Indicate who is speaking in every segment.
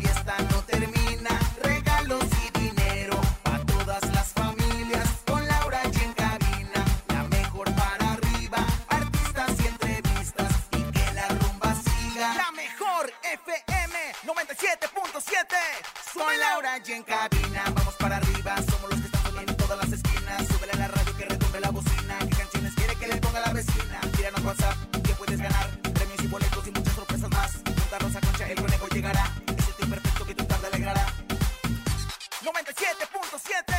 Speaker 1: fiesta no termina. Regalos y dinero para todas las familias. Con Laura y en cabina, la mejor para arriba. Artistas y entrevistas y que la rumba siga. La mejor FM 97.7. Soy Laura y en cabina, vamos para arriba. Somos los que están sonando en todas las esquinas. Súbele a la radio que retumbe la bocina. ¿Qué canciones quiere que le ponga la vecina? Tíranos WhatsApp que puedes ganar premios y boletos y muchas sorpresas más. Junta Rosa Concha, el conejo llegará. Es el tiempo perfecto que tu tarde alegrará. 97.7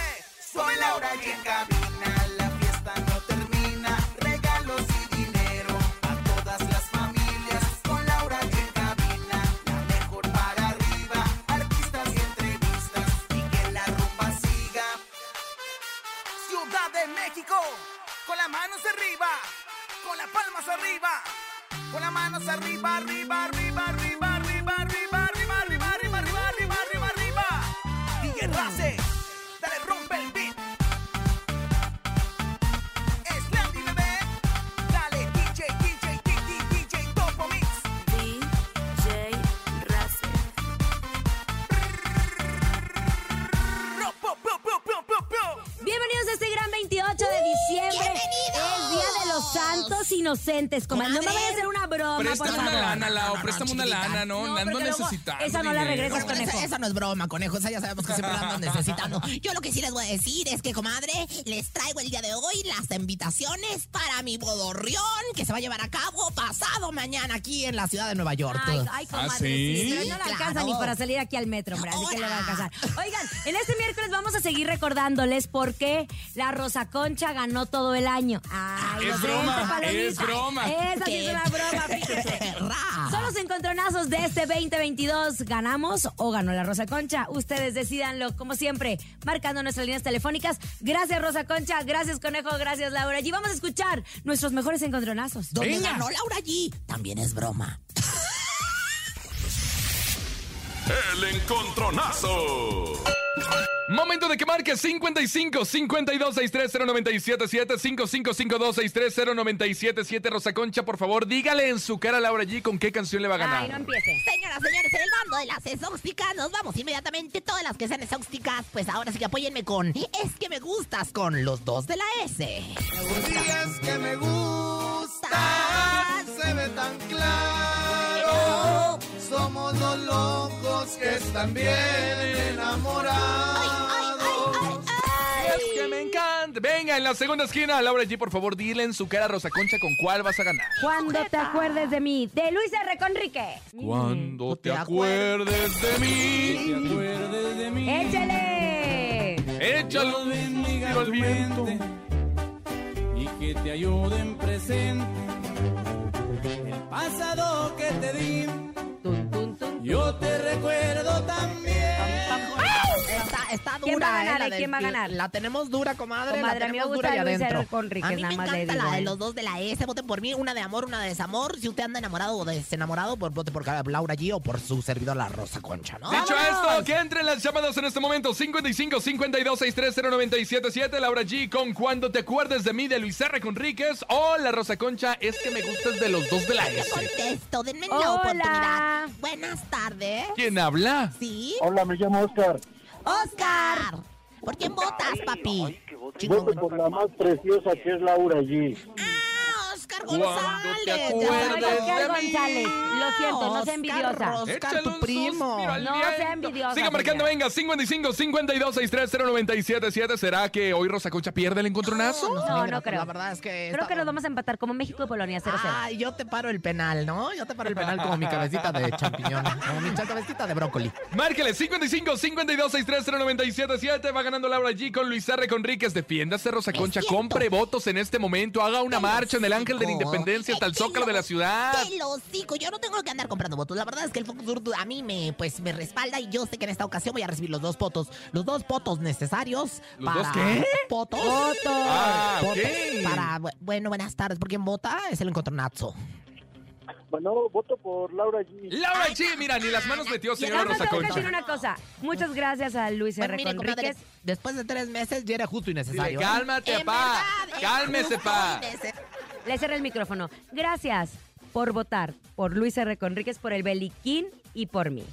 Speaker 1: Soy Laura y en cabina La fiesta no termina Regalos y dinero A todas las familias Con Laura y en cabina La mejor para arriba Artistas y entrevistas Y que la rumba siga Ciudad de México Con las manos arriba Con las palmas arriba Con las manos arriba, arriba, arriba, arriba, arriba, arriba, arriba, arriba, arriba, arriba, arriba, arriba, arriba. DJ Race, dale rompe el beat. Slandy bebé, dale DJ, DJ, DJ, DJ, Topo Mix.
Speaker 2: DJ Racer.
Speaker 1: Ro, po, po, po, po, po, po.
Speaker 2: Bienvenidos a este gran 28 de diciembre.
Speaker 3: bienvenidos.
Speaker 2: El Día de los Santos Inocentes, comadre. No me
Speaker 3: Comadre.
Speaker 2: vaya a hacer una broma,
Speaker 4: Préstame
Speaker 2: por
Speaker 4: una
Speaker 2: favor.
Speaker 4: lana, Lao, préstame una lana, no,
Speaker 2: No,
Speaker 4: ando
Speaker 2: porque luego
Speaker 4: necesitando.
Speaker 2: esa no la
Speaker 4: dinero.
Speaker 2: regresas,
Speaker 3: Bueno,
Speaker 2: conejo.
Speaker 3: esa, esa no es broma, conejo. Esa ya sabemos que siempre la andan necesitando. Yo lo que sí les voy a decir es que, comadre, les traigo el día de hoy las invitaciones para mi bodorrión que se va a llevar a cabo pasado mañana aquí en la ciudad de Nueva York.
Speaker 2: Ay, ay, comadre,
Speaker 4: ¿Ah, sí?
Speaker 2: sí, pero no la
Speaker 3: Sí,
Speaker 2: alcanza
Speaker 3: claro.
Speaker 2: ni para salir aquí al metro, hombre, así que le va a
Speaker 3: Ahora.
Speaker 2: alcanzar. Oigan, en este miércoles vamos a seguir recordándoles por qué la Rosa Concha ganó todo el año. Ay,
Speaker 4: Es
Speaker 2: no sé,
Speaker 4: broma,
Speaker 2: esa palomita.
Speaker 4: es broma.
Speaker 2: Esa sí
Speaker 3: ¿Qué?
Speaker 2: es una broma, fíjese.
Speaker 3: Ra.
Speaker 2: Son los encontronazos de este 2022. ¿Ganamos o ganó la Rosa Concha? Ustedes decidanlo, como siempre, marcando nuestras líneas telefónicas. Gracias, Rosa Concha. Gracias, Conejo. Gracias, Laura. Y vamos a escuchar nuestros mejores encontronazos.
Speaker 3: Donde
Speaker 4: Venga.
Speaker 3: ganó Laura G. También es broma.
Speaker 5: El encontronazo.
Speaker 4: Momento de que marque 55 52 630 55 630 Rosa Concha, por favor, dígale en su cara a Laura G con qué canción le va a ganar.
Speaker 2: Ay, no empiece.
Speaker 3: Señoras, señores, en el bando de las exósticas nos vamos inmediatamente. Todas las que sean exósticas, pues ahora sí que apóyenme con Es que me gustas con los dos de la S.
Speaker 6: Días que me gusta, se ve tan claro. Somos dos locos que están bien
Speaker 3: Ay, ay, ay,
Speaker 6: enamorados.
Speaker 3: ay, ay.
Speaker 4: Es que me encanta. Venga, en la segunda esquina, Laura G, por favor, dile en su cara a Rosa Concha con cuál vas a ganar.
Speaker 2: Cuando te acuerdes de mí, de Luis R. Conrique.
Speaker 4: Cuando
Speaker 3: te acuerdes
Speaker 4: de mí,
Speaker 2: ¡Échale!
Speaker 4: échalo al viento.
Speaker 7: y que te ayude en presente. El pasado que te di, yo te recuerdo también.
Speaker 3: Está, está dura.
Speaker 2: ¿Quién va a
Speaker 3: eh,
Speaker 2: ganar,
Speaker 3: la
Speaker 2: eh?
Speaker 3: del-
Speaker 2: ¿Quién va a ganar?
Speaker 3: La tenemos dura, comadre.
Speaker 2: Comadre,
Speaker 3: la
Speaker 2: a mí me
Speaker 3: tenemos
Speaker 2: gusta
Speaker 3: dura allá
Speaker 2: Luis R.
Speaker 3: adentro.
Speaker 2: Conríquez,
Speaker 3: a mí
Speaker 2: nada
Speaker 3: me
Speaker 2: más le
Speaker 3: encanta
Speaker 2: digo,
Speaker 3: la de
Speaker 2: eh.
Speaker 3: los dos de la S. Voten por mí, una de amor, una de desamor. Si usted anda enamorado o desenamorado, pues vote por Laura G o por su servidor, la Rosa Concha, ¿no?
Speaker 4: Dicho esto, que entren las llamadas en este momento. 55 52 630 Laura G. Con Cuando te acuerdes de mí de Luis R. Conríquez. O la Rosa Concha, es que me gustas de los dos de la
Speaker 3: Te
Speaker 4: S.
Speaker 3: contesto, denme
Speaker 2: Hola.
Speaker 3: la oportunidad. Buenas tardes.
Speaker 4: ¿Quién habla?
Speaker 3: ¿Sí?
Speaker 8: Hola, me llamo Oscar.
Speaker 3: Oscar. ¿Por quién votas, papi?
Speaker 8: Voto por la más preciosa que es Laura allí.
Speaker 3: Ah, Oscar
Speaker 4: Cuando
Speaker 3: González.
Speaker 4: te
Speaker 3: ya
Speaker 4: acuerdes
Speaker 3: sabes.
Speaker 2: Oscar
Speaker 4: de mí.
Speaker 2: González. Lo siento, no sea
Speaker 3: Oscar
Speaker 2: envidiosa.
Speaker 3: Ros- Oscar, tu
Speaker 4: un
Speaker 3: primo.
Speaker 4: suspiro al
Speaker 2: No
Speaker 4: viento.
Speaker 2: sea envidiosa,
Speaker 4: Siga marcando,
Speaker 2: señora.
Speaker 4: venga. 55 52 630 ¿Será que hoy Rosa Concha pierde el encontronazo?
Speaker 2: No,
Speaker 3: mira,
Speaker 2: no
Speaker 3: pues,
Speaker 2: creo.
Speaker 3: La verdad es que.
Speaker 2: Creo
Speaker 3: está-
Speaker 2: que nos vamos a empatar como México y Polonia 0-0.
Speaker 3: Ay, yo te paro el penal, ¿no? Yo te paro el penal como mi cabecita de champiñón, como mi cabecita de brócoli.
Speaker 4: Márquele 55 52 630 Va ganando Laura G con Luis R. Conríquez. Defiéndase, Rosa Concha.
Speaker 3: siento.
Speaker 4: Compre votos en este momento. Haga una marcha en el Ángel del
Speaker 3: México.
Speaker 4: Independencia hasta el
Speaker 3: Eh, que
Speaker 4: Zócalo de
Speaker 3: lo-
Speaker 4: la ciudad.
Speaker 3: que los digo, yo no tengo que andar comprando votos. La verdad es que el Focus Group a mí me, pues, me respalda y yo sé que en esta ocasión voy a recibir los dos potos. Los dos potos necesarios
Speaker 4: ¿Los
Speaker 3: para...
Speaker 4: dos qué?
Speaker 3: Potos.
Speaker 4: Ah,
Speaker 3: Potos
Speaker 4: ok.
Speaker 3: Para... bu- Bueno, buenas tardes. ¿Por quién vota? Es el encontronazo.
Speaker 8: Bueno, voto por Laura G.
Speaker 4: Laura G, mira, ni las manos metió, señora
Speaker 2: Nada más
Speaker 4: Rosa
Speaker 2: tengo que
Speaker 4: Concha.
Speaker 2: decir una cosa. Muchas gracias a Luis
Speaker 3: Pues
Speaker 2: R.
Speaker 3: mire, comadre,
Speaker 2: Conríquez.
Speaker 3: después de tres meses ya era justo y
Speaker 4: Dile,
Speaker 3: necesario. ¿eh?
Speaker 4: cálmate,
Speaker 3: En
Speaker 4: pa.
Speaker 3: verdad, eh, es
Speaker 4: Cálmese,
Speaker 3: justo
Speaker 4: pa.
Speaker 3: y nece-
Speaker 2: Le cerré el micrófono. Gracias por votar por Luis R. Conríquez, por el Beliquín y por mí.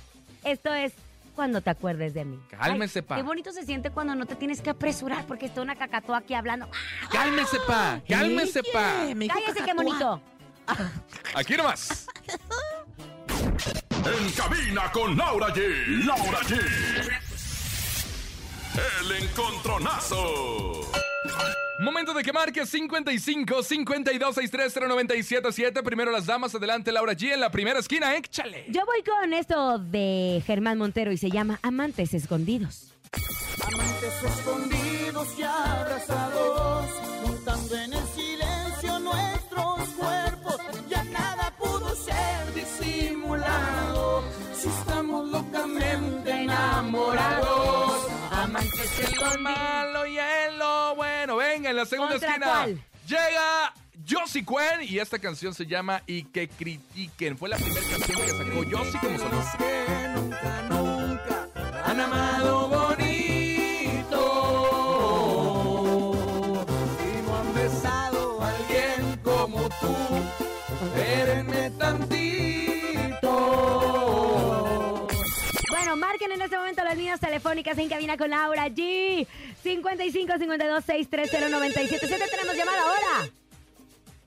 Speaker 2: Esto es cuando te acuerdes de mí.
Speaker 4: Cálmese,
Speaker 2: Ay,
Speaker 4: pa.
Speaker 2: Qué bonito se siente cuando no te tienes que apresurar porque está una cacatoa aquí hablando. ¡Ah!
Speaker 4: Cálmese, pa. Cálmese, pa.
Speaker 3: Oye, me dijo
Speaker 2: ¡Cállese, qué
Speaker 3: cacatúa.
Speaker 2: bonito!
Speaker 4: Aquí nomás.
Speaker 5: En cabina con Laura G. Laura G. El encontronazo.
Speaker 4: Momento de que marque 55 52 63 0977. Primero las damas, adelante Laura G en la primera esquina, échale.
Speaker 2: Yo voy con esto de Germán Montero y se llama Amantes Escondidos.
Speaker 9: Amantes escondidos y abrazados, juntando en el silencio nuestros cuerpos, ya nada pudo ser disimulado, si estamos locamente enamorados. Amantes
Speaker 4: Lo malo y en lo bueno. Venga, en la segunda
Speaker 2: ¿Contra
Speaker 4: esquina.
Speaker 2: cuál?
Speaker 4: Llega Josie Cuen y esta canción se llama Y que critiquen. Fue la primera canción que sacó Josie como solista.
Speaker 9: que nunca, nunca han amado bonito y no han besado a alguien como tú. Espérenme tantito.
Speaker 2: Bueno, marquen en este momento las líneas telefónicas en cabina con Laura G. 55 52 630 977. Tenemos llamada ahora.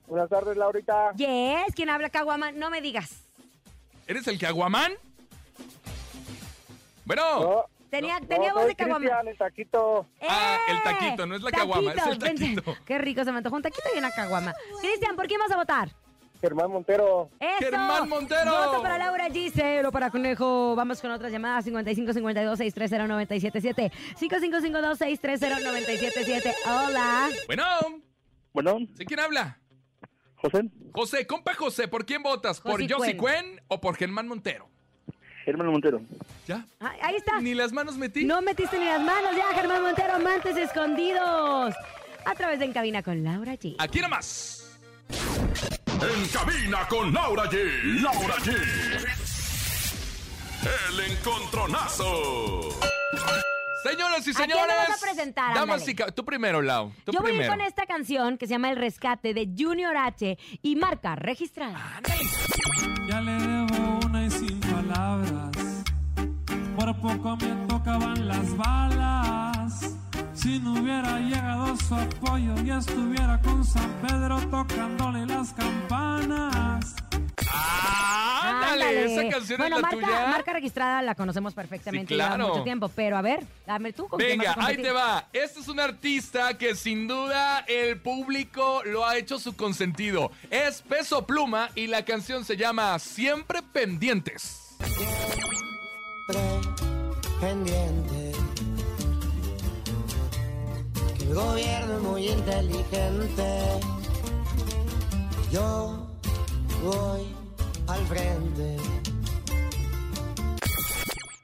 Speaker 8: Buenas tardes, Laurita.
Speaker 2: Yes, ¿quién habla Caguama? No me digas.
Speaker 4: ¿Eres el Caguamán? Bueno,
Speaker 8: No,
Speaker 2: Tenía,
Speaker 8: no,
Speaker 2: tenía voz
Speaker 8: soy
Speaker 2: de Caguama. ¡Eh!
Speaker 8: Cristian, el taquito.
Speaker 4: Ah, el taquito, no es la caguama, es el
Speaker 2: Vente.
Speaker 4: taquito.
Speaker 2: Qué rico se me antojó un taquito y una caguama. Cristian, ¿por quién vas a votar?
Speaker 8: Germán Montero.
Speaker 2: ¡Eso!
Speaker 4: Germán Montero.
Speaker 2: Voto para Laura G, cero para Conejo. Vamos con otras llamadas, 5552-630-977. 5552-630-977. Hola.
Speaker 4: bueno.
Speaker 8: Bueno,
Speaker 4: ¿Sí quién habla?
Speaker 8: José,
Speaker 4: José, compa José, ¿por quién votas? ¿Por
Speaker 2: Josie
Speaker 4: Josie
Speaker 2: Cuen.
Speaker 4: Cuen o por Germán Montero?
Speaker 8: Germán Montero.
Speaker 4: ¿Ya?
Speaker 2: Ah, Ahí está.
Speaker 4: Ni las manos metí.
Speaker 2: No metiste ni las manos ya, Germán Montero, amantes escondidos. A través de En Cabina con Laura G.
Speaker 4: Aquí nomás.
Speaker 5: En cabina con Laura G. Laura G. El encontronazo.
Speaker 4: Señoras y
Speaker 2: ¿A quién me
Speaker 4: señores.
Speaker 2: vas a presentar?
Speaker 4: Damas
Speaker 2: Ándale.
Speaker 4: y cab- Tú primero, Lau. Tú
Speaker 2: Yo voy a ir
Speaker 4: primero.
Speaker 2: con este. esta canción que se llama El Rescate de Junior H y marca registrada.
Speaker 10: Ya le debo una y sin palabras. Por poco me tocaban las balas. Si no hubiera llegado su apoyo, ya estuviera con San Pedro tocándole las campanas.
Speaker 4: Ah, Ándale, esa canción
Speaker 2: bueno,
Speaker 4: es la
Speaker 2: marca,
Speaker 4: tuya.
Speaker 2: marca registrada la conocemos perfectamente.
Speaker 4: Sí,
Speaker 2: lleva
Speaker 4: claro.
Speaker 2: mucho tiempo, pero a ver, dame tú. ¿con quién
Speaker 4: Venga,
Speaker 2: vas a
Speaker 4: ahí
Speaker 2: competir?
Speaker 4: te va. Este es un artista que sin duda el público lo ha hecho su consentido. Es Peso Pluma y la canción se llama Siempre Pendientes.
Speaker 9: pendiente. Que el gobierno es muy inteligente. Yo voy al frente.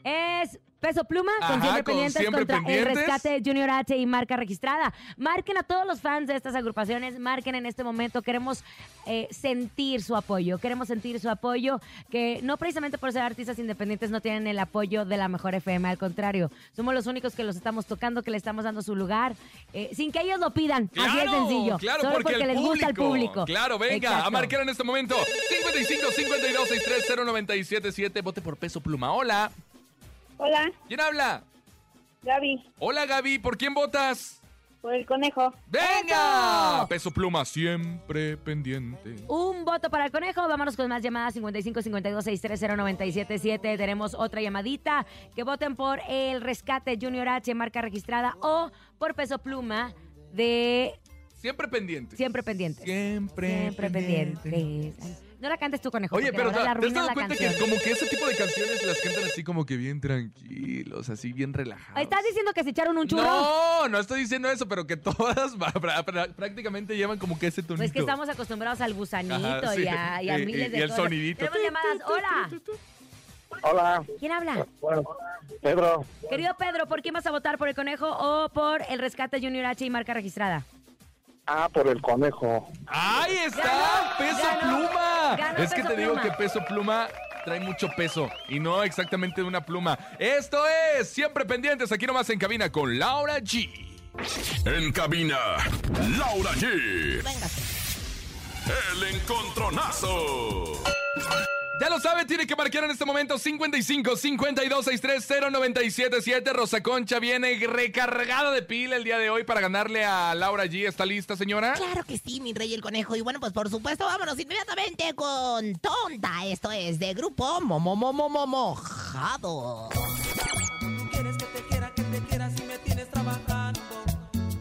Speaker 2: Es Peso Pluma con
Speaker 4: Ajá,
Speaker 2: Siempre
Speaker 4: con
Speaker 2: Pendientes
Speaker 4: Siempre
Speaker 2: contra El
Speaker 4: Pendientes.
Speaker 2: Rescate de Junior H y marca registrada. Marquen a todos los fans de estas agrupaciones, marquen en este momento. Queremos eh, sentir su apoyo, queremos sentir su apoyo, que no precisamente por ser artistas independientes no tienen el apoyo de la mejor FM, al contrario, somos los únicos que los estamos tocando, que le estamos dando su lugar, eh, sin que ellos lo pidan. Así de sencillo.
Speaker 4: Claro,
Speaker 2: Solo porque,
Speaker 4: el
Speaker 2: les gusta al público.
Speaker 4: Claro, venga,
Speaker 2: Exacto.
Speaker 4: a marcar en este momento. 55 52 63 0977. Vote por Peso Pluma. Hola.
Speaker 11: Hola,
Speaker 4: ¿Quién habla?
Speaker 11: Gaby,
Speaker 4: Hola, Gaby. ¿Por quién votas?
Speaker 11: por el conejo.
Speaker 4: ¡Venga! Peso Pluma siempre pendiente.
Speaker 2: Un voto para el conejo. Vámonos con más llamadas 55 52 630 977. Tenemos otra llamadita. Que voten por el rescate Junior H, marca registrada, o por peso pluma de
Speaker 4: Siempre pendientes.
Speaker 2: Siempre pendientes.
Speaker 4: Siempre.
Speaker 2: Siempre pendientes. Ay, No la cantes tú, conejo.
Speaker 4: Oye,
Speaker 2: porque
Speaker 4: pero
Speaker 2: ahora
Speaker 4: ¿te
Speaker 2: la
Speaker 4: has
Speaker 2: arruinas
Speaker 4: dado
Speaker 2: la
Speaker 4: cuenta
Speaker 2: canción.
Speaker 4: que como que ese tipo de canciones las cantan así como que bien tranquilos, así bien relajados?
Speaker 2: ¿Estás diciendo que se echaron un churro?
Speaker 4: No, no estoy diciendo eso, pero que todas va- pra- pra- prácticamente llevan como que ese tonito.
Speaker 2: Pues que estamos acostumbrados al gusanito
Speaker 4: Ajá, sí.
Speaker 2: y a, y a
Speaker 4: Y-
Speaker 2: miles
Speaker 4: y-
Speaker 2: de
Speaker 4: y el
Speaker 2: cosas.
Speaker 4: sonidito.
Speaker 2: Tenemos llamadas. Hola.
Speaker 8: Hola.
Speaker 2: ¿Quién habla?
Speaker 8: Bueno, Pedro,
Speaker 2: Querido Pedro, ¿por quién vas a votar? ¿Por el conejo o por el rescate Junior H y marca registrada?
Speaker 8: ah, por el conejo.
Speaker 4: ¡Ahí está! ¡Peso
Speaker 2: ganó,
Speaker 4: pluma!
Speaker 2: ganó
Speaker 4: es que
Speaker 2: Peso
Speaker 4: te digo
Speaker 2: Pluma.
Speaker 4: que peso pluma trae mucho peso y no exactamente de una pluma. Esto es Siempre Pendientes, aquí nomás en cabina con Laura G.
Speaker 5: En cabina, Laura G. El encontronazo.
Speaker 4: Ya lo sabe, tiene que marcar en este momento 55 52 630 977. Rosa Concha viene recargada de pila el día de hoy para ganarle a Laura G. ¿Está lista, señora?
Speaker 3: Claro que sí, mi rey el conejo. Y bueno, pues por supuesto, vámonos inmediatamente con Tonta. Esto es de grupo Momo Momo Momo Mojado.
Speaker 9: Quieres que te quiera, que te quiera si me tienes trabajando.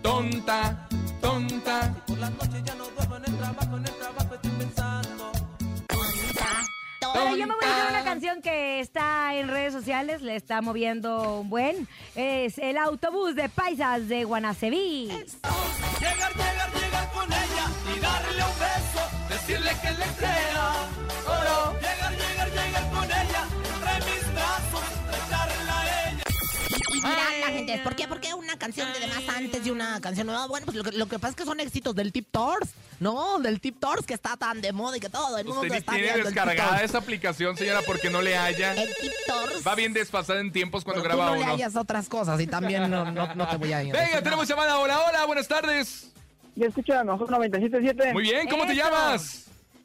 Speaker 4: Tonta, tonta.
Speaker 9: Por las noches ya no duermo en el trabajo, en el trabajo estoy pensando.
Speaker 2: Pero yo me voy a hacer una canción que está en redes sociales, le está moviendo un buen. Es el autobús de paisas de Guanaceví.
Speaker 1: Llegar, llegar, llegar con ella y darle un beso, decirle que le crea. Oro. Llegar, llegar, llegar con ella, entre mis brazos, tratarla a ella.
Speaker 3: Y dirán la gente, ¿por qué? ¿Por qué una canción de demás antes de una canción nueva? Bueno, pues lo que, lo que pasa es que son éxitos del Tip Tours, ¿no? Del Tip Tours que está tan de moda y que todo el mundo
Speaker 4: Usted ni
Speaker 3: está
Speaker 4: tiene
Speaker 3: viendo el Tip
Speaker 4: descargada
Speaker 3: Tours.
Speaker 4: esa aplicación, señora, porque no le haya.
Speaker 3: El Tip Tours.
Speaker 4: Va bien desfasada en tiempos cuando
Speaker 3: Pero tú
Speaker 4: graba
Speaker 3: no le
Speaker 4: uno.
Speaker 3: hayas otras cosas y también no, no- no te voy a...
Speaker 4: Venga, tenemos llamada. Hola, hola, buenas tardes.
Speaker 12: Yo escucho a nosotros 97.7.
Speaker 4: Muy bien, ¿cómo te
Speaker 12: Eso.
Speaker 4: llamas?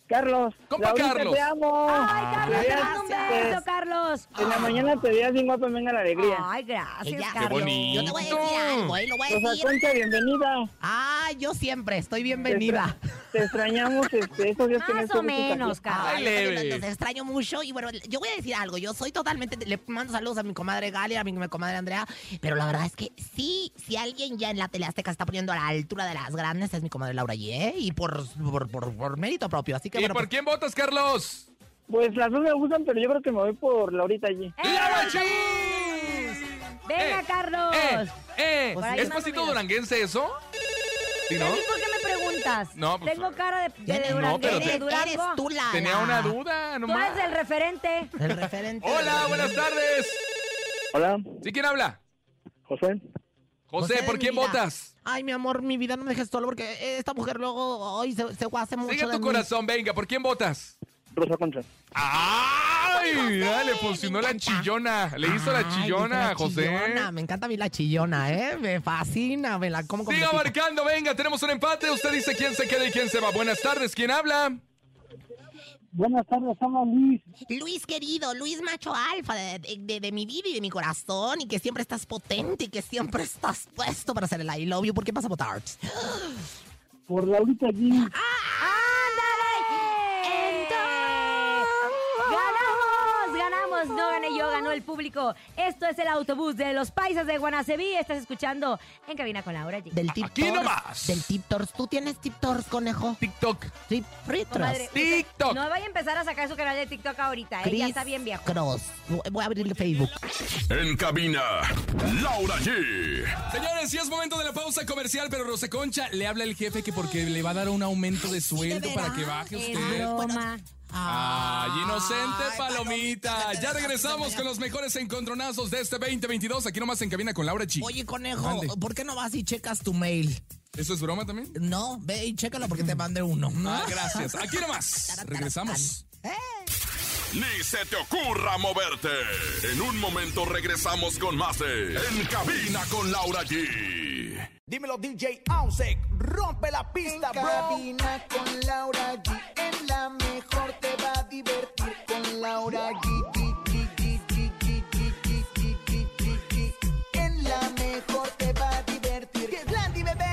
Speaker 12: Carlos.
Speaker 4: Compa
Speaker 12: Laurita,
Speaker 4: Carlos.
Speaker 12: Te amo.
Speaker 2: Ay, Carlos, te
Speaker 12: Te
Speaker 2: mando un beso, Carlos.
Speaker 12: En la mañana te veas sin guapa, venga la alegría.
Speaker 2: Ay, gracias,
Speaker 3: Ya,
Speaker 2: Carlos.
Speaker 3: Yo te voy a decir algo, ¿eh? Lo voy a
Speaker 8: Pues
Speaker 12: Rosa
Speaker 3: decir.
Speaker 12: Concha, bienvenida.
Speaker 3: Ah, yo siempre estoy bienvenida.
Speaker 12: Te extrañamos este, estos días que no
Speaker 2: Más o
Speaker 12: estuviste aquí.
Speaker 2: menos, Carlos.
Speaker 3: Ay, yo también los extraño mucho y bueno, yo voy a decir algo, yo soy totalmente, le mando saludos a mi comadre Galia, a mi comadre Andrea, pero la verdad es que sí, si alguien ya en la tele azteca se está poniendo a la altura de las grandes es mi comadre Laura G, ¿eh? y por, por, por- por mérito propio, así que
Speaker 4: ¿Y
Speaker 3: bueno, pues.
Speaker 4: por quién votas, Carlos?
Speaker 12: Pues las dos me gustan, pero yo creo que me voy por Laurita allí.
Speaker 4: ¡Laura G!
Speaker 2: Eh, Venga,
Speaker 4: Eh,
Speaker 2: Carlos.
Speaker 4: ¡Eh! ¡Eh!
Speaker 2: Por ahí
Speaker 4: ¿Es
Speaker 2: más o
Speaker 4: pasito
Speaker 2: menos.
Speaker 4: duranguense eso? ¿Sí, no?
Speaker 2: ¿A mí por qué me preguntas?
Speaker 4: No, pues-
Speaker 2: Tengo cara de, de,
Speaker 4: Eres-
Speaker 2: Durango,
Speaker 4: no, pero
Speaker 2: de
Speaker 4: te-
Speaker 2: Durango.
Speaker 3: eres tú la...
Speaker 4: Tenía
Speaker 3: la-
Speaker 4: una duda,
Speaker 2: Tú
Speaker 4: nomás.
Speaker 2: eres el referente.
Speaker 3: El referente.
Speaker 4: Hola, buenas tardes.
Speaker 8: Hola,
Speaker 4: ¿Sí quién habla?
Speaker 8: José.
Speaker 4: José,
Speaker 3: José
Speaker 4: ¿por
Speaker 3: de
Speaker 4: quién
Speaker 3: mi vida.
Speaker 4: votas?
Speaker 3: Ay, mi amor, mi vida no me dejes solo porque esta mujer luego hoy se, se hace mucho
Speaker 4: Sigue
Speaker 3: de
Speaker 4: tu
Speaker 3: mí.
Speaker 4: corazón, venga, ¿por quién votas?
Speaker 8: Rosa Concha.
Speaker 4: ¡Ay! ya le funcionó
Speaker 3: me
Speaker 4: la
Speaker 3: encanta.
Speaker 4: chillona. Le hizo la
Speaker 3: Ay,
Speaker 4: chillona
Speaker 3: la
Speaker 4: a José.
Speaker 3: chillona, Me encanta a mí la chillona, ¿eh? Me fascina, me la como con
Speaker 4: Siga
Speaker 3: pepita.
Speaker 4: marcando, venga, tenemos un empate. Usted dice quién se queda y quién se va. Buenas tardes, ¿quién habla?
Speaker 8: Buenas tardes, habla Luis.
Speaker 3: Luis querido, Luis macho alfa de, de- de- de mi vida y de mi corazón y que siempre estás potente y que siempre estás puesto para hacer el I love you. ¿Por qué pasa por tarts?
Speaker 8: Por Laurita allí.
Speaker 2: ¡Ganamos! ¡Ganamos! No gané yo, ganó el público. Esto es el autobús de los paisas de Guanaceví. Estás escuchando en cabina con Laura G.
Speaker 3: Del tip
Speaker 4: Aquí
Speaker 3: Tors,
Speaker 4: nomás.
Speaker 3: Del tip Tors. ¿Tú tienes tip Tors, conejo?
Speaker 4: TikTok.
Speaker 3: Tip Fritos.
Speaker 2: Comadre,
Speaker 4: TikTok.
Speaker 2: No vaya a empezar a sacar su canal de TikTok ahorita, ¿eh? Ya está bien viejo.
Speaker 3: Cross. Voy a abrir el Facebook.
Speaker 5: En cabina, Laura G.
Speaker 4: Señores, ya es momento de la pausa comercial, pero Rosa Concha le habla el jefe que porque le va a dar un aumento de sueldo para que baje
Speaker 2: Es
Speaker 4: usted.
Speaker 2: broma.
Speaker 4: Ay, inocente
Speaker 3: Ay,
Speaker 4: palomita.
Speaker 3: te
Speaker 4: Ya
Speaker 3: dejaste
Speaker 4: regresamos
Speaker 3: engañar.
Speaker 4: con los mejores encontronazos de este 2022. Aquí nomás en cabina con Laura G.
Speaker 3: Oye, conejo,
Speaker 4: Mande.
Speaker 3: ¿por qué no vas y checas tu mail?
Speaker 4: ¿Eso es broma también?
Speaker 3: No, ve y chécalo porque te mandé uno.
Speaker 4: Ah, gracias. Aquí nomás. Regresamos.
Speaker 5: Ni se te ocurra moverte. En un momento regresamos con más de En cabina con Laura G.
Speaker 1: Dímelo, DJ Ausek, rompe la pista, bro.
Speaker 9: Cabina con Laura G. En la mejor te va a divertir con Laura G. G, G, G, G, G, G, G, G, G, G, G. En la mejor te va a divertir. ¡Qué Blandi, bebé!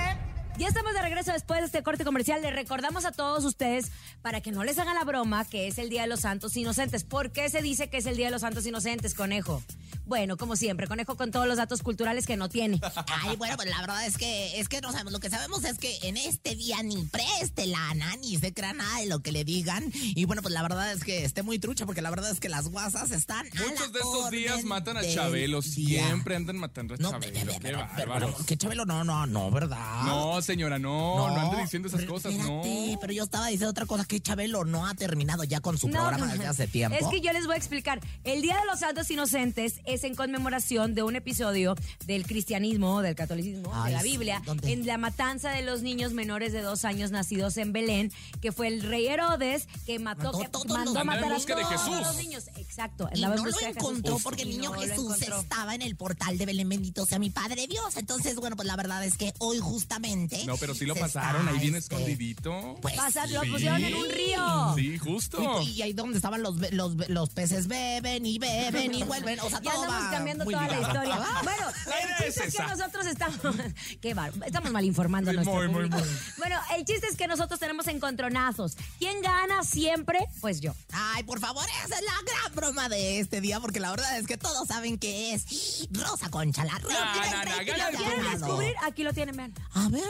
Speaker 2: Ya estamos de regreso después de este corte comercial. Les recordamos a todos ustedes para que no les hagan la broma que es el Día de los Santos Inocentes. ¿Por qué se dice que es el Día de los Santos Inocentes, conejo? Bueno, como siempre, conejo con todos los datos culturales que no tiene.
Speaker 3: Ay, bueno, pues la verdad es que es que no sabemos. Lo que sabemos es que en este día ni préstela a Nani, se crea nada de lo que le digan. Y bueno, pues la verdad es que esté muy trucha, porque la verdad es que las guasas están. a la
Speaker 4: Muchos de estos días
Speaker 3: orden
Speaker 4: matan a
Speaker 3: del
Speaker 4: Chabelo.
Speaker 3: día.
Speaker 4: Siempre andan matando a
Speaker 3: No,
Speaker 4: Chabelo. Qué
Speaker 3: Pero,
Speaker 4: bárbaros.
Speaker 3: pero, que Chabelo, no, no, no,
Speaker 6: Ah,
Speaker 3: ¿verdad?
Speaker 4: No, señora, no, no,
Speaker 3: No,
Speaker 4: ande diciendo esas cosas, no.
Speaker 3: Espérate, pero yo estaba diciendo otra cosa, que Chabelo no ha terminado ya con su
Speaker 2: No,
Speaker 3: programa desde hace tiempo.
Speaker 2: Es que yo les voy a explicar. El Día de los Santos Inocentes es en conmemoración de un episodio del cristianismo, del catolicismo,
Speaker 3: Ay,
Speaker 2: de la
Speaker 3: sí,
Speaker 2: Biblia,
Speaker 3: ¿dónde?
Speaker 2: en la matanza de los niños menores de dos años nacidos en Belén, que fue el rey Herodes que mató,
Speaker 3: Mató
Speaker 2: que
Speaker 3: a todos los
Speaker 2: mandó a
Speaker 3: niños.
Speaker 2: matar
Speaker 4: Andaba en
Speaker 2: a
Speaker 4: busca de
Speaker 2: todos
Speaker 4: Jesús.
Speaker 2: los niños. Exacto.
Speaker 3: Y
Speaker 2: andaba
Speaker 3: no
Speaker 2: en
Speaker 3: lo
Speaker 2: busca de Jesús.
Speaker 3: encontró porque el
Speaker 2: Y
Speaker 3: niño
Speaker 2: no lo
Speaker 3: Jesús
Speaker 2: encontró.
Speaker 3: estaba en el portal de Belén, bendito sea mi Padre Dios. Entonces, bueno, pues la verdad es que hoy justamente...
Speaker 4: No, pero sí lo
Speaker 3: se
Speaker 4: pasaron,
Speaker 3: está,
Speaker 4: ahí bien
Speaker 3: este,
Speaker 4: escondidito.
Speaker 3: Pues
Speaker 2: Pasa- lo
Speaker 4: Sí.
Speaker 2: pusieron en un río.
Speaker 4: Sí, justo.
Speaker 3: Y,
Speaker 6: pues,
Speaker 3: y ahí donde estaban los, be- los, be- los peces beben y beben y vuelven. O sea,
Speaker 2: Ya
Speaker 3: todo
Speaker 2: andamos
Speaker 3: va
Speaker 2: cambiando
Speaker 3: muy
Speaker 2: toda
Speaker 3: bien.
Speaker 2: la historia. Bueno,
Speaker 4: La
Speaker 2: el
Speaker 4: idea
Speaker 2: chiste
Speaker 4: es
Speaker 2: es que
Speaker 4: esa.
Speaker 2: nosotros estamos. Qué bar- Estamos mal informando a
Speaker 4: Sí,
Speaker 2: nuestro
Speaker 4: muy, muy,
Speaker 2: público.
Speaker 4: muy.
Speaker 2: Bueno, el chiste es que nosotros tenemos encontronazos. ¿Quién gana siempre? Pues yo.
Speaker 3: Ay, por favor, esa es la gran broma de este día, porque la verdad es que todos saben que es Rosa Concha, la reina del
Speaker 4: no, no,
Speaker 3: rating
Speaker 4: gana el
Speaker 2: ¿Quieren
Speaker 3: internacional.
Speaker 2: descubrir? Aquí lo tienen, vean.
Speaker 3: A ver.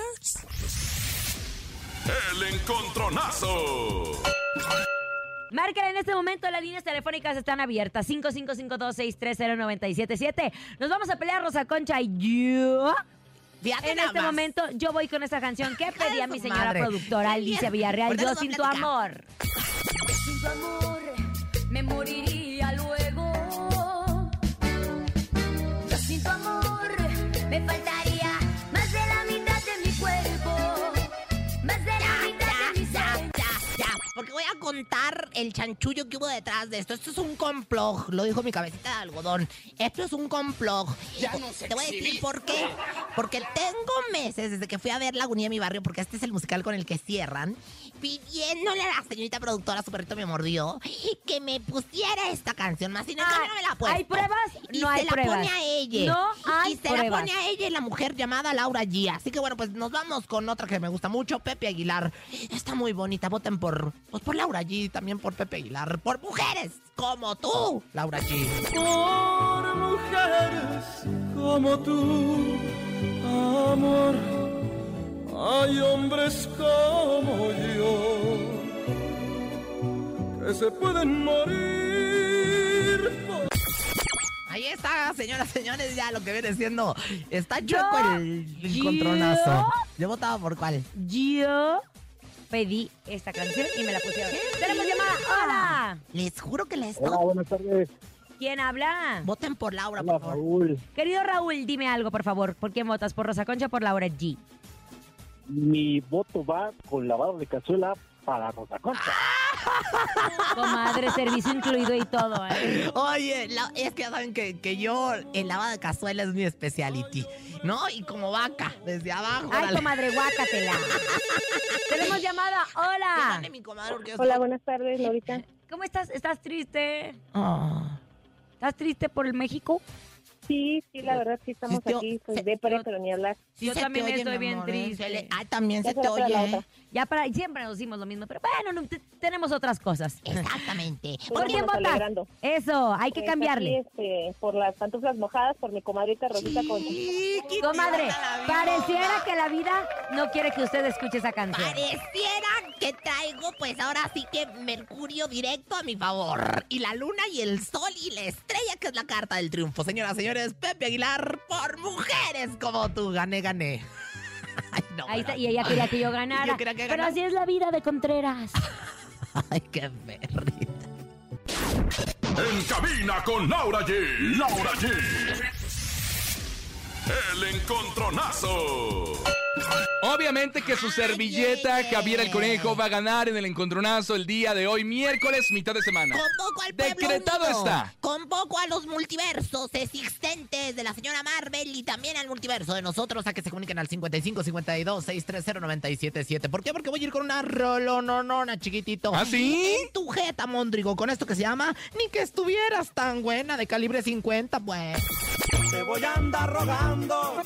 Speaker 5: El encontronazo.
Speaker 2: Márquenle en este momento, las líneas telefónicas están abiertas. 5552630977. Nos vamos a pelear, Rosa Concha y yo.
Speaker 3: Fíjate
Speaker 2: En
Speaker 3: nada
Speaker 2: este
Speaker 3: más.
Speaker 2: momento yo voy con esta canción que pedía mi señora
Speaker 3: madre.
Speaker 2: productora
Speaker 3: Qué bien.
Speaker 2: Alicia Villarreal.
Speaker 3: Ahorita
Speaker 2: Yo
Speaker 3: nos va a
Speaker 2: sin tu
Speaker 3: platicar.
Speaker 2: amor. Sin tu amor me moriría luego. Yo sin tu amor me faltaría más de la mitad de mi cuerpo. Más de la mitad de mi
Speaker 3: Ya, ya, ya. Porque voy a contar el chanchullo que hubo detrás de esto. Esto es un complot, lo dijo mi cabecita de algodón. Esto es un complot. Ya no sé. Te voy a decir por qué. Porque tengo meses desde que fui a ver Lagunía de mi barrio, porque este es el musical con el que cierran, pidiéndole a la señorita productora, su perrito me mordió, que me pusiera esta canción. Más sin embargo,
Speaker 2: Ah,
Speaker 3: no me la ha puesto.
Speaker 2: ¿hay pruebas?
Speaker 3: Y
Speaker 2: No
Speaker 3: se
Speaker 2: hay
Speaker 3: la
Speaker 2: pruebas.
Speaker 3: pone a ella.
Speaker 2: No hay
Speaker 3: Y se la
Speaker 2: pruebas.
Speaker 3: pone a ella, la mujer llamada Laura G. Así que bueno, pues nos vamos con otra que me gusta mucho, Pepe Aguilar. Está muy bonita, voten por, pues, por Laura G, también por Pepe Aguilar, por mujeres como tú, Laura G.
Speaker 10: Por mujeres como tú, amor, hay hombres como yo que se pueden morir por
Speaker 3: Ahí está, señoras, señores, ya lo que viene siendo. Está chueco
Speaker 2: Yo-
Speaker 3: el encontronazo. Yo votaba por cuál.
Speaker 2: Yo pedí esta canción y me la pusieron. Tenemos llamada.
Speaker 3: Ah.
Speaker 2: Hola.
Speaker 3: Les juro que les
Speaker 8: Hola, buenas tardes.
Speaker 2: ¿Quién habla?
Speaker 3: Voten por Laura,
Speaker 8: Oh. Hola,
Speaker 3: por favor.
Speaker 8: Raúl.
Speaker 2: Querido Raúl, dime algo, por favor. ¿Por quién votas? ¿Por Rosa Concha o por Laura G?
Speaker 8: Mi voto va con lavado de cazuela para Rosa Concha.
Speaker 2: Ah, Comadre, servicio incluido y todo. ¿eh?
Speaker 3: Oye, la- es que ya saben que, que yo el lavado de cazuela es mi speciality, ¿no? Y como vaca, desde abajo.
Speaker 2: Ay,
Speaker 3: órale.
Speaker 2: comadre, guácatela. Tenemos llamada. Hola.
Speaker 3: Perdone, mi comadre, porque yo
Speaker 11: Hola, buenas tardes, Lorita.
Speaker 2: ¿Cómo estás? ¿Estás triste?
Speaker 3: Ah.
Speaker 2: ¿Estás triste por el México?
Speaker 11: Sí, sí, la verdad, sí estamos
Speaker 3: Sí, yo-
Speaker 11: aquí, pues
Speaker 3: sí,
Speaker 11: de pero,
Speaker 2: eh, yo-
Speaker 11: pero ni hablar.
Speaker 3: Sí
Speaker 2: Yo
Speaker 3: se te
Speaker 2: también
Speaker 3: oye,
Speaker 2: estoy
Speaker 3: mi
Speaker 2: bien
Speaker 3: amor, ¿eh?
Speaker 2: triste.
Speaker 3: Se le- Ay, también se
Speaker 11: Ya
Speaker 3: te
Speaker 11: será para la
Speaker 3: oye. ¿eh?
Speaker 11: otra.
Speaker 2: Ya para siempre nos dimos lo mismo, pero bueno, no, te- tenemos otras cosas.
Speaker 3: Exactamente.
Speaker 2: ¿Por
Speaker 11: Bueno, nos
Speaker 2: quién votas?
Speaker 11: alegrando.
Speaker 2: Eso, hay que
Speaker 11: Pues
Speaker 2: cambiarle.
Speaker 11: aquí, este, por las pantuflas mojadas, por mi comadrita Rosita Concha.
Speaker 3: Chiquitita
Speaker 2: Comadre,
Speaker 3: la vida.
Speaker 2: pareciera que la vida no quiere que usted escuche esa canción.
Speaker 3: Pareciera que traigo, pues ahora sí que Mercurio directo a mi favor. Y la luna y el sol y la estrella, que es la carta del triunfo. Señoras, señores, Pepe Aguilar, por mujeres como tú. Gané, gané. Ay, no,
Speaker 2: Ahí está,
Speaker 3: bueno.
Speaker 2: y ella quería que yo ganara.
Speaker 3: Yo quería que
Speaker 2: Pero
Speaker 3: ganara.
Speaker 2: así es la vida de Contreras.
Speaker 3: Ay, qué perrita.
Speaker 5: En cabina con Laura G. Laura G. El encontronazo.
Speaker 4: Obviamente que su servilleta,
Speaker 3: yeah.
Speaker 4: Javier el Conejo, va a ganar en el encontronazo el día de hoy, miércoles, mitad de semana.
Speaker 3: Convoco al pueblo
Speaker 4: Decretado
Speaker 3: unido.
Speaker 4: está.
Speaker 3: Convoco a los multiversos existentes de la señora Marvel y también al multiverso de nosotros a que se comuniquen al 55 52 630 977. ¿Por qué? Porque voy a ir con una rolononona, chiquitito.
Speaker 4: ¿Ah, sí?
Speaker 3: En tu jeta, Mondrigo, con esto que se llama Ni que estuvieras tan buena de calibre 50, pues.
Speaker 6: Te voy a andar rogando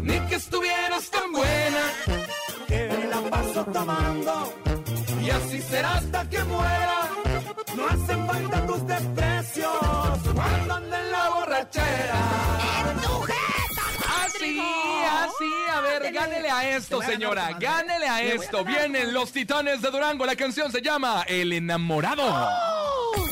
Speaker 4: Ni que estuvieras tan buena.
Speaker 6: que me la paso tomando y así será hasta que muera. No hacen falta tus desprecios cuando ande en la borrachera.
Speaker 4: ver, gánele a esto, señora. Gánele a esto. Vienen los titanes de Durango. La canción se llama El enamorado. ¡Oh!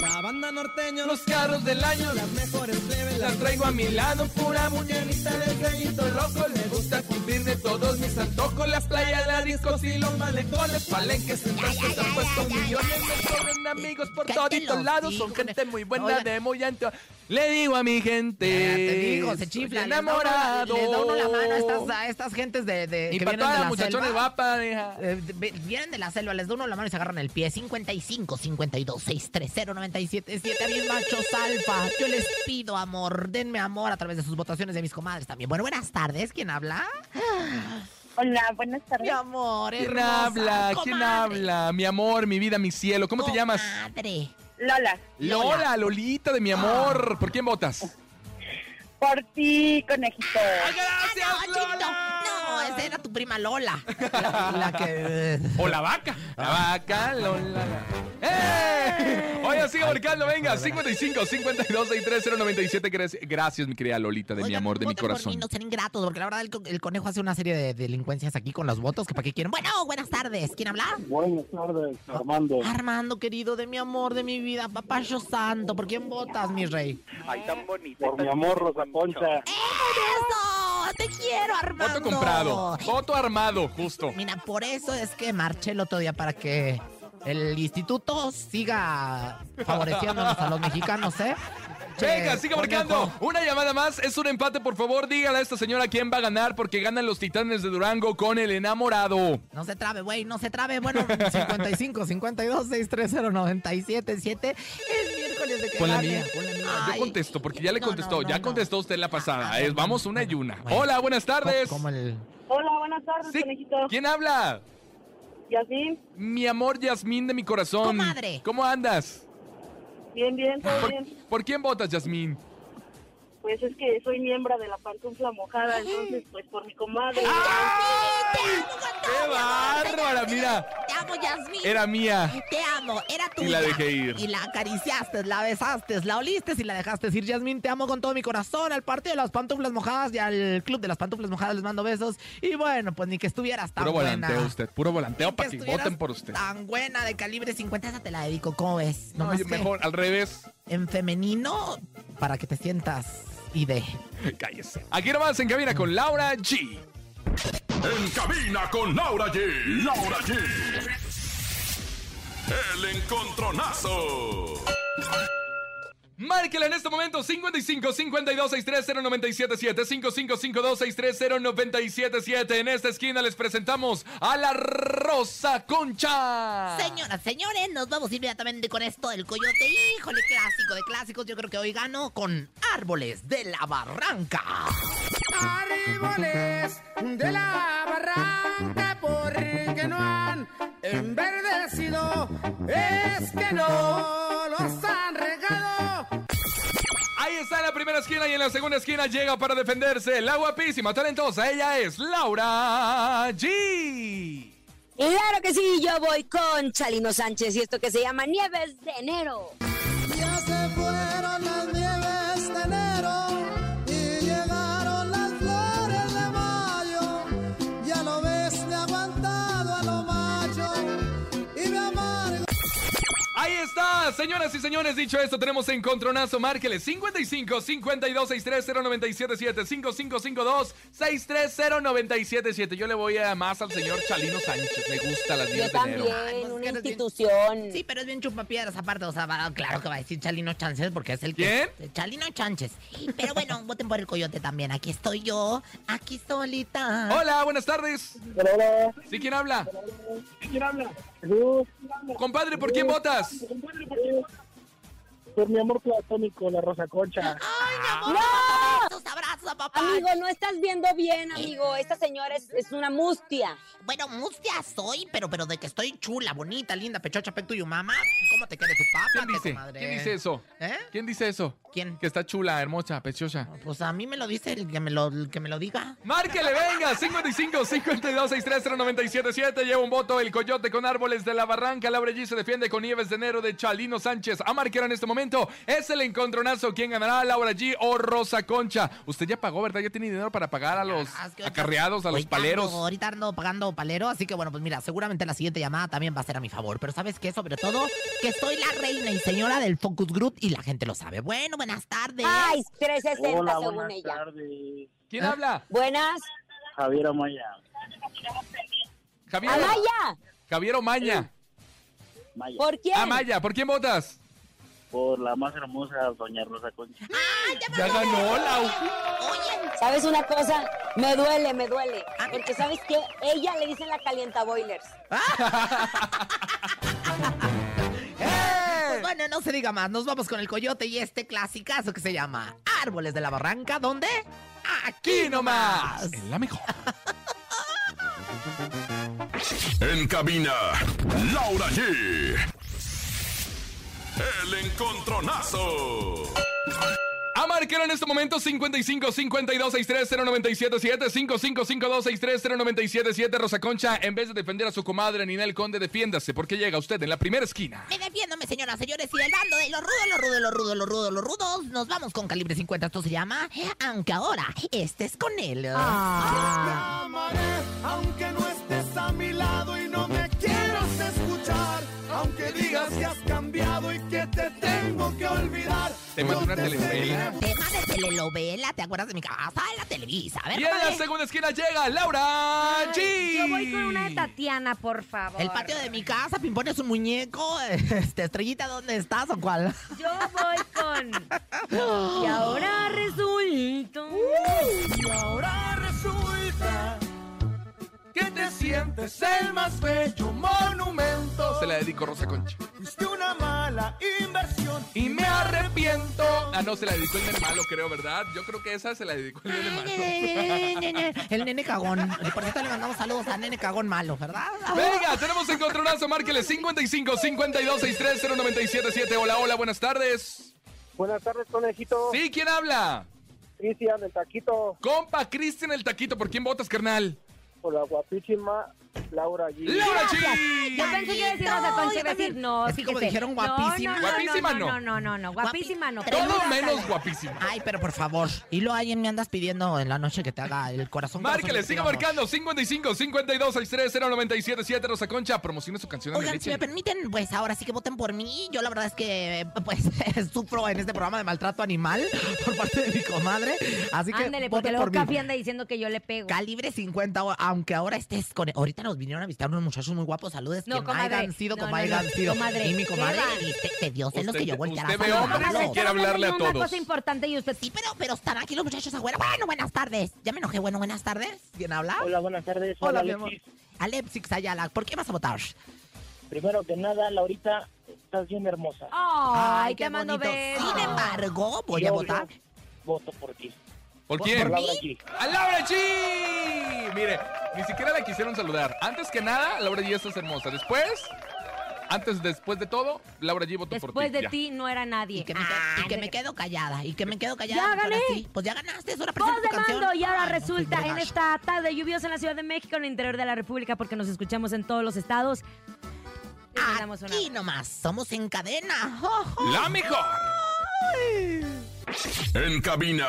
Speaker 13: La banda norteño, los carros del año, las mejores plebes las traigo a mi lado. Pura muñequita del gallito loco, le gusta cumplirme todos mis antojos. Las playas, las discos y los malecones, palenques, entonces han puesto millones. Me corren amigos por toditos lados, son gente muy buena de muy anto. Le digo a mi gente,
Speaker 4: Eh,
Speaker 3: Te digo, se chifla.
Speaker 13: estoy
Speaker 3: les da uno la-
Speaker 13: enamorado.
Speaker 3: Les da uno la mano a estas, a estas gentes de, de-
Speaker 13: Y
Speaker 3: que
Speaker 13: pa'
Speaker 3: vienen
Speaker 13: todas
Speaker 3: de
Speaker 13: las
Speaker 3: la
Speaker 13: muchachones
Speaker 3: selva.
Speaker 13: guapas, deja.
Speaker 3: Eh, ve- vienen de la selva, les da uno la mano y se agarran el pie. 55 52 630 977 a mis machos alfa. Yo les pido amor, denme amor a través de sus votaciones de mis comadres también. Bueno, buenas tardes, ¿quién habla?
Speaker 11: Hola, buenas tardes.
Speaker 3: Mi amor,
Speaker 4: ¿Quién
Speaker 3: hermosa,
Speaker 4: habla? ¿Quién
Speaker 3: comadre.
Speaker 4: habla? Mi amor, mi vida, mi cielo. ¿Cómo te llamas?
Speaker 3: Comadre.
Speaker 11: Lola.
Speaker 4: Lola, Lolita de mi amor. ¿Por quién votas?
Speaker 11: Por ti, conejito.
Speaker 3: Ah, no, chito. No, esa era tu prima Lola. La, la que. eh.
Speaker 4: O la vaca. La vaca, Lola. ¡Eh! Oye, sigue marcando, venga. 55 52 63 097. Gracias- Gracias, mi querida Lolita de mi amor, de mi
Speaker 3: voten por mí,
Speaker 4: corazón.
Speaker 3: no sean ingratos, porque la verdad el, co- el conejo hace una serie de delincuencias aquí con los votos que para qué quieren. Bueno, buenas tardes. ¿Quién habla?
Speaker 8: Buenas tardes,
Speaker 2: Ah,
Speaker 8: Armando.
Speaker 3: Armando, querido, de mi amor, de mi vida, papacho santo, ¿por quién votas, mi rey?
Speaker 8: Ay, tan bonita.
Speaker 2: ah,
Speaker 8: Por mi amor, Rosa Concha.
Speaker 3: ¡Eso! ¡Te quiero, Armando!
Speaker 4: Voto comprado. Voto armado, justo.
Speaker 3: Mina, por eso es que marché el otro día para que el instituto siga favoreciéndonos a los mexicanos, ¿eh? Che,
Speaker 4: Venga, sigue
Speaker 3: conejo.
Speaker 4: marcando. Una llamada más. Es un empate, por favor. Dígale a esta señora quién va a ganar porque ganan los titanes de Durango con el enamorado.
Speaker 3: No se trabe, güey, no se trabe. Bueno, 55, 52, 630, 97, 7. Es miércoles de que
Speaker 4: Pon la
Speaker 3: gane.
Speaker 4: mía, Ah,
Speaker 3: Pon la mía.
Speaker 4: Yo contesto porque ya le
Speaker 3: no, no,
Speaker 4: contestó.
Speaker 3: no, Ah,
Speaker 4: ya
Speaker 3: no.
Speaker 4: contestó usted la pasada. Es, vamos una y una. Hola, buenas tardes.
Speaker 11: Hola, buenas tardes, conejito.
Speaker 4: ¿Quién habla?
Speaker 11: Yasmín.
Speaker 4: Mi amor Yasmín de mi corazón.
Speaker 11: Comadre.
Speaker 4: ¿Cómo andas?
Speaker 11: Bien, bien,
Speaker 3: Eh.
Speaker 11: todo bien.
Speaker 4: ¿Por quién votas, Yasmín?
Speaker 11: Pues es que soy miembro de la pantufla mojada, entonces, pues por mi comadre.
Speaker 4: ¡Ah! ¡Qué bárbara! Mira,
Speaker 3: Te amo, Yasmín.
Speaker 4: era mía.
Speaker 3: Te amo, era tuya.
Speaker 4: Y la dejé ir.
Speaker 3: Y la acariciaste, la besaste, la oliste y la dejaste ir. Yasmín, te amo con todo mi corazón. Al partido de las pantuflas mojadas y al club de las pantuflas mojadas les mando besos. Y bueno, pues ni que estuvieras tan
Speaker 4: Puro
Speaker 3: buena.
Speaker 4: volanteo usted, puro volanteo para que
Speaker 3: estuvieras
Speaker 4: voten por usted.
Speaker 3: Tan buena de calibre 50, esa te la dedico. ¿Cómo ves?
Speaker 4: No,
Speaker 3: Nomás
Speaker 4: yo
Speaker 3: que
Speaker 4: mejor, al revés.
Speaker 3: En femenino, para que te sientas y de.
Speaker 4: Cállese. Aquí nomás en cabina con Laura G.
Speaker 5: En cabina con Laura G. Laura G. El encontronazo.
Speaker 4: Márquela en este momento 55 52 630 977 5552 630 977. En esta esquina les presentamos a la Rosa Concha.
Speaker 3: Señoras, señores, nos vamos inmediatamente con esto del coyote. Híjole, clásico de clásicos. Yo creo que hoy gano con Árboles de la Barranca.
Speaker 9: Árboles de la barranca porque no han enverdecido, es que no los han regado.
Speaker 4: Ahí está en la primera esquina y en la segunda esquina llega para defenderse la guapísima, talentosa. Ella es Laura G.
Speaker 2: Claro que sí, yo voy con Chalino Sánchez y esto que se llama Nieves de Enero.
Speaker 9: Ya se fueron las nieves de enero y llegaron las flores de mayo. Ya lo ves, me he aguantado a lo macho y me amargo.
Speaker 4: Ahí está, señoras y señores. Dicho esto, tenemos encontronazo. Márquele 55 52 630 977 5552 630 977. Yo le voy a más al señor Chalino Sánchez. Me gusta las 10 de enero.
Speaker 3: una institución. Sí, pero es bien chupapiedras aparte. O sea, va- claro que va a decir Chalino Chances porque es el que. este, Chalino Chances. Pero bueno, voten por el coyote también. Aquí estoy yo, aquí solita.
Speaker 4: Hola, buenas tardes.
Speaker 2: ah.
Speaker 8: Hola.
Speaker 4: ¿Sí quién habla?
Speaker 8: ¿Quién habla?
Speaker 4: Compadre, ¿por quién votas?
Speaker 8: Por mi amor platónico, la Rosa Concha.
Speaker 3: Tus abrazos a papá.
Speaker 2: Amigo, no estás viendo bien, amigo. Esta señora es, es una mustia.
Speaker 3: Bueno, mustia soy, pero, pero de que estoy chula, bonita, linda, pechocha, pecho y mamá. ¿Cómo te quede tu ¿Eh? papá?
Speaker 4: ¿Quién dice? ¿Quién dice eso? ¿Quién dice eso?
Speaker 3: ¿Quién?
Speaker 4: Que está chula, hermosa, pechosa.
Speaker 3: Pues a mí me lo dice el que me lo, el que me lo diga.
Speaker 4: Márquele, venga, 55 52 630 977 Lleva un voto el Coyote con Árboles de la Barranca. Laura G se defiende con Nieves de Enero de Chalino Sánchez. A marcar en este momento es el encontronazo. ¿Quién ganará, Laura G o Rosa Concha? Usted ya pagó, ¿verdad? Ya tiene dinero para pagar a los
Speaker 3: Ah,
Speaker 4: acarreados, a los
Speaker 3: Ahorita
Speaker 4: paleros.
Speaker 3: ando- ahorita ando pagando palero, así que bueno, pues mira, seguramente la siguiente llamada también va a ser a mi favor. Pero ¿sabes qué? Sobre todo, que soy la reina y señora del Focus Group y la gente lo sabe. Bueno, buenas tardes.
Speaker 14: Ay, 360
Speaker 3: Hola,
Speaker 14: según
Speaker 3: buenas
Speaker 14: ella.
Speaker 4: ¿Quién habla?
Speaker 14: Buenas.
Speaker 8: Javier Amaya.
Speaker 4: Javier.
Speaker 14: Amaya,
Speaker 4: Javier Omaña.
Speaker 14: ¿por quién?
Speaker 4: Amaya, ¿por quién votas?
Speaker 8: Por la más hermosa, doña Rosa Concha.
Speaker 4: Ya ganó la.
Speaker 14: ¿Sabes una cosa? Me duele, me duele. Porque ¿sabes qué? Ella le dicen la calienta boilers.
Speaker 3: Pues bueno, no se diga más. Nos vamos con el coyote y este clasicazo que se llama Árboles de la Barranca, ¿dónde?
Speaker 4: Aquí nomás. En la mejor.
Speaker 5: En cabina, Laura G. El encontronazo.
Speaker 4: A marcar en este momento 55 52 63097 5552 63097 Rosa Concha, en vez de defender a su comadre Ninel Conde, defiéndase porque llega usted en la primera esquina.
Speaker 3: Me defiéndome, señoras, señores, y del bando de los rudos, los rudos, los rudos, los rudos, los rudos. Nos vamos con calibre 50, esto se llama Aunque ahora estés con él. Ah.
Speaker 9: amaré, aunque no estés a mi lado y no me quieras escuchar, aunque digas que has cambiado y que te tengo que olvidar.
Speaker 4: Te mando una telenovela.
Speaker 3: Tema de telenovela, ¿te acuerdas de mi casa? En la televisa, a ver.
Speaker 4: Y en la
Speaker 3: comadre.
Speaker 4: segunda esquina llega Laura G.
Speaker 2: Yo voy con una de Tatiana, por favor.
Speaker 3: El patio de mi casa, Pimpón es un muñeco. Este, estrellita, ¿dónde estás o cuál?
Speaker 2: Yo voy con. Y ahora resulta.
Speaker 3: Uh,
Speaker 9: Y ahora resulta que te sientes el más bello monumento.
Speaker 4: Se la dedico Rosa Concha.
Speaker 9: Fuiste una mala inversión y me arrepiento.
Speaker 4: Ah, no, se la dedicó el nene malo, creo, ¿verdad? Yo creo que esa se la dedicó el nene malo.
Speaker 3: El nene cagón. Por cierto, le mandamos saludos a nene cagón malo, ¿verdad?
Speaker 4: Venga, tenemos encontronazo, márqueles 55 52 630 977. Hola, hola, buenas tardes.
Speaker 8: Buenas tardes, conejito.
Speaker 4: Sí, ¿quién habla?
Speaker 8: Cristian, el taquito,
Speaker 4: Compa Cristian el Taquito, ¿por quién votas, carnal?
Speaker 8: por la guapísima Laura G.
Speaker 4: ¡Laura G!
Speaker 2: Yo pensé que iba a decir Rosa Concha, iba a decir no.
Speaker 3: Es que como
Speaker 2: fíjese.
Speaker 3: dijeron
Speaker 2: No,
Speaker 3: guapísima.
Speaker 2: no, no,
Speaker 4: Guapísima no.
Speaker 2: No, no, no, no. Guapísima no.
Speaker 4: Todo menos guapísimo.
Speaker 3: Ay, pero por favor. Y lo alguien me andas pidiendo en la noche que te haga el corazón.
Speaker 4: Márqueles,
Speaker 3: corazón,
Speaker 4: siga
Speaker 3: digamos.
Speaker 4: marcando 55 52 630 977 Rosa Concha, promociona su canción a mi
Speaker 3: Oigan, si me
Speaker 4: leche.
Speaker 3: permiten, pues ahora sí que voten por mí. Yo la verdad es que, pues, sufro en este programa de maltrato animal por parte de mi comadre. Así que
Speaker 2: Ándele, porque
Speaker 3: voten
Speaker 2: luego
Speaker 3: por
Speaker 2: Capi
Speaker 3: mí.
Speaker 2: anda diciendo que yo le pego.
Speaker 3: Calibre 50, o- aunque ahora estés con... e-, Ahorita nos vinieron a visitar unos muchachos muy guapos. Saludes
Speaker 2: No,
Speaker 3: que
Speaker 2: comadre.
Speaker 3: hayan sido,
Speaker 2: No,
Speaker 3: como
Speaker 2: no,
Speaker 3: hayan
Speaker 2: no,
Speaker 3: sido.
Speaker 2: comadre,
Speaker 3: Y mi comadre
Speaker 2: beba.
Speaker 3: le diste- te dio celos
Speaker 4: Usted-
Speaker 3: que yo volteara
Speaker 4: usted
Speaker 3: a
Speaker 4: ve
Speaker 3: saludarlo.
Speaker 4: hombres que quiere hablarle a
Speaker 2: Una
Speaker 4: todos.
Speaker 2: cosa importante y usted.
Speaker 3: Sí, pero, pero están aquí los muchachos afuera. Bueno, buenas tardes. Ya me enojé. Bueno, buenas tardes. ¿Quién habla?
Speaker 8: Hola, buenas tardes.
Speaker 3: Hola, mi amor.
Speaker 8: Alexis.
Speaker 3: Alexis Ayala, ¿por qué vas a votar?
Speaker 8: Primero que nada, Laurita, estás bien hermosa.
Speaker 2: Ay,
Speaker 3: qué
Speaker 2: te mando
Speaker 3: bonito.
Speaker 2: besos.
Speaker 3: Sin embargo, voy a
Speaker 8: Yo-
Speaker 3: votar.
Speaker 8: yo Voto por ti.
Speaker 4: ¿Por
Speaker 8: Voto
Speaker 4: quién?
Speaker 8: Por Laura G.
Speaker 4: ¡A Laura G! Mire, ni siquiera la quisieron saludar. Antes que nada, Laura G, estás hermosa. Después, antes, después de todo, Laura G votó por ti.
Speaker 2: Después de
Speaker 4: Ya.
Speaker 2: ti no era nadie.
Speaker 3: Y que, me, y que me quedo callada, y que me quedo callada.
Speaker 2: Ya
Speaker 3: porque ahora
Speaker 2: gané.
Speaker 3: sí, Pues ya ganaste, es hora
Speaker 2: Voz
Speaker 3: presenta tu
Speaker 2: de
Speaker 3: canción.
Speaker 2: mando y ahora
Speaker 3: Ay, no,
Speaker 2: resulta
Speaker 3: qué
Speaker 2: en
Speaker 3: gacho.
Speaker 2: esta tarde lluviosa en la Ciudad de México, en el interior de la República, porque nos escuchamos en todos los estados. Les mandamos un
Speaker 3: Aquí
Speaker 2: abrazo.
Speaker 3: nomás, somos en cadena.
Speaker 2: Oh.
Speaker 3: Jo, jo.
Speaker 4: La mejor.
Speaker 5: En cabina,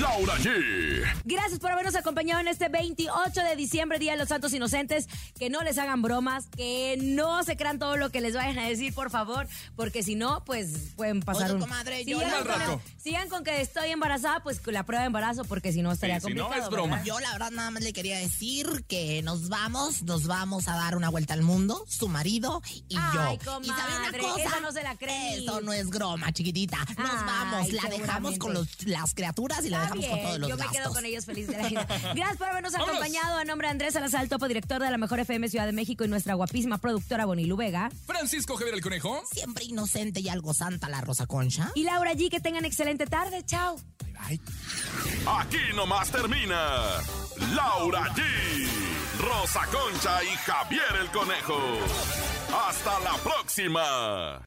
Speaker 5: Laura G.
Speaker 2: Gracias por habernos acompañado en este 28 de diciembre, Día de los Santos Inocentes. Que no les hagan bromas, que no se crean todo lo que les vayan a decir, por favor, porque si no, pues pueden pasar
Speaker 3: Oye,
Speaker 2: un...
Speaker 3: comadre, yo
Speaker 2: sigan,
Speaker 3: la
Speaker 2: con
Speaker 3: verdad-
Speaker 2: sigan con que estoy embarazada, pues con la prueba de embarazo, porque si no estaría
Speaker 4: Sí, si no,
Speaker 2: complicado.
Speaker 4: es broma.
Speaker 2: ¿verdad?
Speaker 3: Yo la verdad nada más le quería decir que nos vamos, nos vamos a dar una vuelta al mundo, su marido y
Speaker 2: Ay,
Speaker 3: yo.
Speaker 2: comadre,
Speaker 3: y
Speaker 2: esa no se la cree.
Speaker 3: Eso no es broma, chiquitita. Nos
Speaker 2: Ay,
Speaker 3: vamos, la dejamos
Speaker 2: seguramente.
Speaker 3: con los- las criaturas y la
Speaker 2: Está
Speaker 3: dejamos
Speaker 2: bien,
Speaker 3: con todos los
Speaker 2: yo me quedo
Speaker 3: gastos.
Speaker 2: con ellos feliz de la vida. Gracias por habernos
Speaker 4: Vámonos.
Speaker 2: acompañado. A nombre de Andrés Salazar, topo director de la Mejor FM Ciudad de México y nuestra guapísima productora Bonilu Vega.
Speaker 4: Francisco Javier el Conejo.
Speaker 3: Siempre inocente y algo santa la Rosa Concha.
Speaker 2: Y Laura G, que tengan excelente tarde. Chao.
Speaker 5: Aquí nomás termina. Laura G. Rosa Concha y Javier el Conejo. Hasta la próxima.